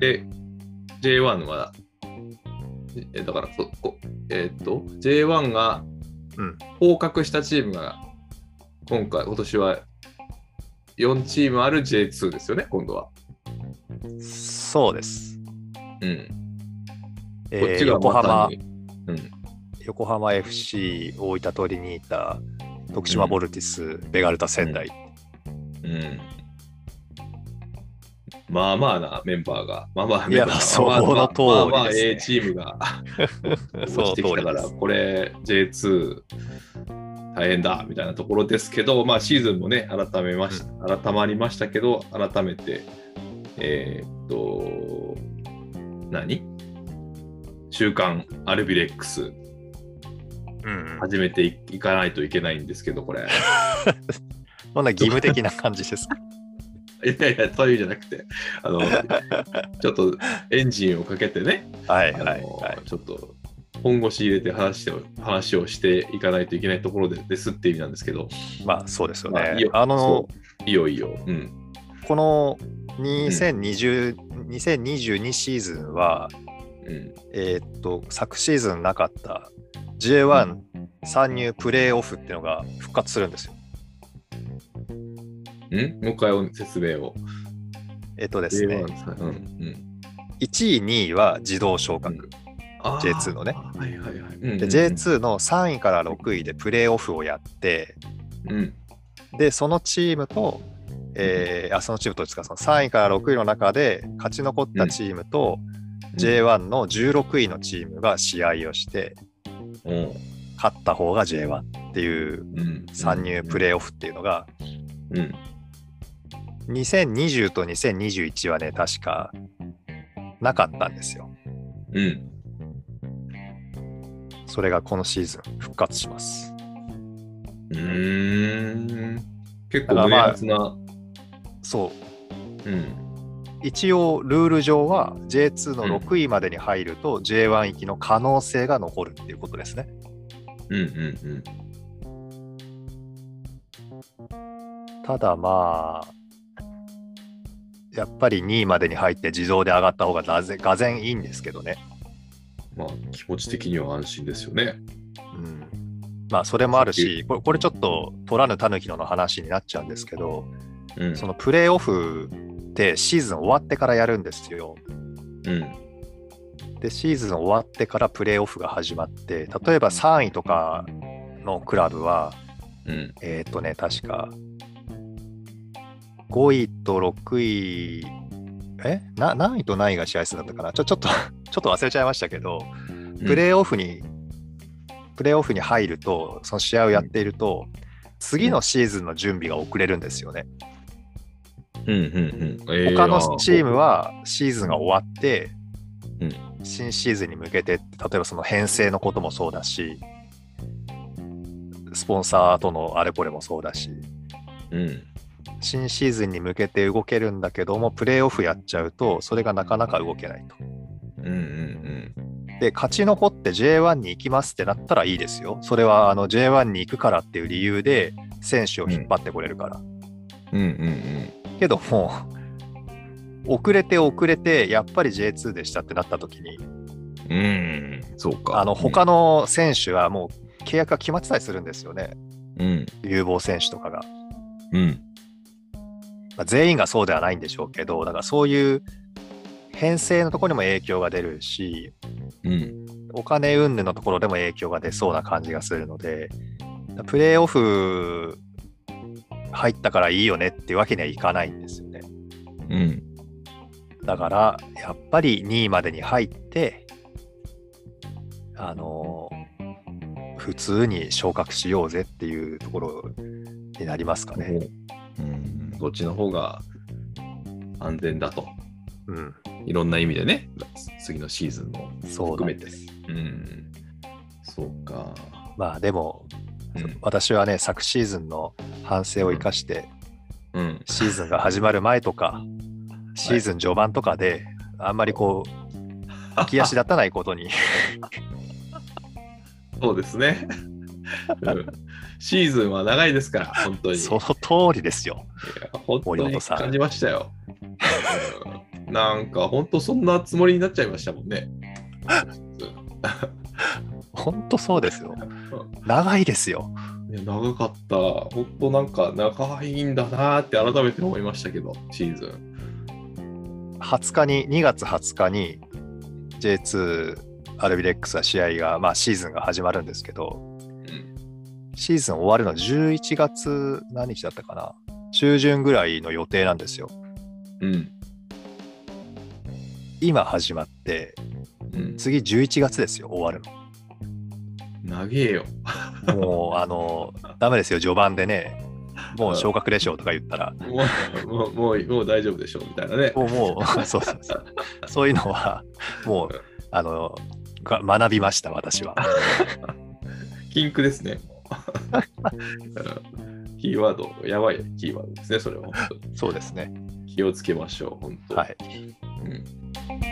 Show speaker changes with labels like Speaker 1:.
Speaker 1: で、J1 は、えだからそこ、えーっと、J1 が
Speaker 2: うん
Speaker 1: 降格したチームが、今回、今年は4チームある J2 ですよね、今度は。
Speaker 2: そうです。
Speaker 1: うん。
Speaker 2: え
Speaker 1: こっ
Speaker 2: ー
Speaker 1: ちが
Speaker 2: 横
Speaker 1: ま
Speaker 2: 浜
Speaker 1: さ、にうん。
Speaker 2: 横浜 FC、大分トリニータ、徳島ボルティス、ベガルタ仙台。
Speaker 1: うん。まあまあなメンバーが、まあまあ
Speaker 2: い
Speaker 1: メン
Speaker 2: や
Speaker 1: バーが、
Speaker 2: その通り
Speaker 1: まあまあまあまあ
Speaker 2: ですね
Speaker 1: A チームが
Speaker 2: その
Speaker 1: 落ちて
Speaker 2: 通
Speaker 1: きた
Speaker 2: り
Speaker 1: か
Speaker 2: で
Speaker 1: ら、
Speaker 2: す。
Speaker 1: これ J2 大変だみたいなところですけど、まあシーズンもね、改めまし、改まりましたけど、改めて、えーっと、何週刊アルビレックス
Speaker 2: うんうん
Speaker 1: 始めていいかないといけないんですけど、 これ。
Speaker 2: そんな義務的な感じ です。
Speaker 1: いやいや、そういう意味じゃなくて、あの、ちょっとエンジンをかけてね、
Speaker 2: はい
Speaker 1: あの
Speaker 2: はいはい。
Speaker 1: ちょっと本腰入れて話を話をしていかないといけないところでですって意味なんですけど、
Speaker 2: まあそうですよ
Speaker 1: まあいい
Speaker 2: ね
Speaker 1: よ。
Speaker 2: あの
Speaker 1: そ、ういいよいいよ。うん。
Speaker 2: この2020 2022シーズンは、
Speaker 1: うん、
Speaker 2: えーっと、昨シーズンなかった J1 参入プレーオフっていうのが復活するんですよ。
Speaker 1: んもう一回お説明を。
Speaker 2: えーっとですね、
Speaker 1: J1 うんうん、
Speaker 2: 1位、2位は自動昇格。
Speaker 1: あー
Speaker 2: J2 のね
Speaker 1: はいはいはい。うんうんうん
Speaker 2: で、J2 の3位から6位でプレーオフをやって、
Speaker 1: うん。
Speaker 2: で、そのチームと、えーあそのチームとですか、その3位から6位の中で勝ち残ったチームと、J1 の16位のチームが試合をして、
Speaker 1: うん
Speaker 2: 勝った方が J1 っていう
Speaker 1: うん
Speaker 2: 参入プレーオフっていうのが、
Speaker 1: うん。
Speaker 2: 2020と2021はね、確かなかったんですよ。
Speaker 1: うん。
Speaker 2: それがこのシーズン復活します。
Speaker 1: うーん。結
Speaker 2: だ
Speaker 1: 構
Speaker 2: から
Speaker 1: 胸
Speaker 2: まあ
Speaker 1: 熱な。
Speaker 2: そう、
Speaker 1: うん。
Speaker 2: 一応ルール上は J2 の6位までに入ると J1 行きの可能性が残るっていうことですね。
Speaker 1: うんうんうん。
Speaker 2: ただまあやっぱり2位までに入って自動で上がった方ががぜがぜんいいんですけどね。
Speaker 1: まあ気持ち的には安心ですよね。
Speaker 2: うん、まあそれもあるしこれこれちょっと取らぬたぬきのの話になっちゃうんですけど
Speaker 1: うん。
Speaker 2: そのプレーオフってシーズン終わってからやるんですよ。
Speaker 1: うん。
Speaker 2: でシーズン終わってからプレーオフが始まって例えば3位とかのクラブは
Speaker 1: うん。
Speaker 2: えっ、ー、とね、確か、5位と6位、えな何位と何位が試合数だったかなちょ ちょっと、ちょっと忘れちゃいましたけど、プレーオフに、プレーオフに入ると、その試合をやっていると、次のシーズンの準備が遅れるんですよね。
Speaker 1: うんうんうん。えー
Speaker 2: 他のチーム、はシーズンが終わって
Speaker 1: うん、
Speaker 2: 新シーズンに向けて、例えばその編成のこともそうだし、スポンサーとのあれこれもそうだし、
Speaker 1: うん。
Speaker 2: 新シーズンに向けて動けるんだけども、プレーオフやっちゃうと、それがなかなか動けないと。
Speaker 1: うんうん
Speaker 2: で、勝ち残って J1 に行きますってなったらいいですよ。それはあの J1 に行くからっていう理由で、選手を引っ張ってこれるから。
Speaker 1: うん。うんうん
Speaker 2: けども、 遅れて遅れて、やっぱり J2 でしたってなった時に、
Speaker 1: うん。うん。そうか。
Speaker 2: あの他の選手はもう契約が決まってたりするんですよね、
Speaker 1: うん。
Speaker 2: 有望選手とかが。
Speaker 1: うん。
Speaker 2: まあ、全員がそうではないんでしょうけど、だからそういう編成のところにも影響が出るし、
Speaker 1: うん。
Speaker 2: お金云々のところでも影響が出そうな感じがするので、プレーオフ入ったからいいよねっていうわけにはいかないんですよね。
Speaker 1: うん。
Speaker 2: だから、やっぱり2位までに入って、あの普通に昇格しようぜっていうところになりますかね。
Speaker 1: うん。どっちの方が安全だと。
Speaker 2: うん、
Speaker 1: いろんな意味でね。次のシーズンも
Speaker 2: そう
Speaker 1: 含
Speaker 2: な
Speaker 1: め
Speaker 2: ん
Speaker 1: て。
Speaker 2: です。
Speaker 1: うん。そうか。
Speaker 2: まあでも、
Speaker 1: うん
Speaker 2: 私はね、昨シーズンの反省を生かして、
Speaker 1: うん。
Speaker 2: シーズンが始まる前とか、シーズン序盤とかで、あんまりこう、浮き足立たないことに、
Speaker 1: そうです ね。うんシーズンは長いですから、本当に。
Speaker 2: その通りですよ。
Speaker 1: いや本当
Speaker 2: 森
Speaker 1: に
Speaker 2: 本さん
Speaker 1: 感じましたよ。なんか本当そんなつもりになっちゃいましたもんね。
Speaker 2: 本当そうですよ
Speaker 1: う。
Speaker 2: 長いですよ。
Speaker 1: いや長かった。本当なんか長いんだなーって改めて思いましたけど、シーズン。
Speaker 2: 20日に、2月20日に J2 アルビレックスは試合が、まあシーズンが始まるんですけど、
Speaker 1: うん
Speaker 2: シーズン終わるの11月何日だったかな中旬ぐらいの予定なんですよ。
Speaker 1: うん。
Speaker 2: 今始まって、
Speaker 1: うん、
Speaker 2: 次11月ですよ、終わる
Speaker 1: 長えよ。
Speaker 2: の。もう、あの、ダメですよ、序盤でね、もう昇格でしょうとか言ったら、
Speaker 1: もう、もう、もうもう大丈夫でしょうみたいなね。
Speaker 2: もう、もうそうそうそう。そういうのは、もう、あの、が学びました、私は。
Speaker 1: 禁句ですね。 うんキーワード、やばいキーワードですね、それは本当に。
Speaker 2: そうですね。
Speaker 1: 気をつけましょう、本当。
Speaker 2: はい。
Speaker 1: うん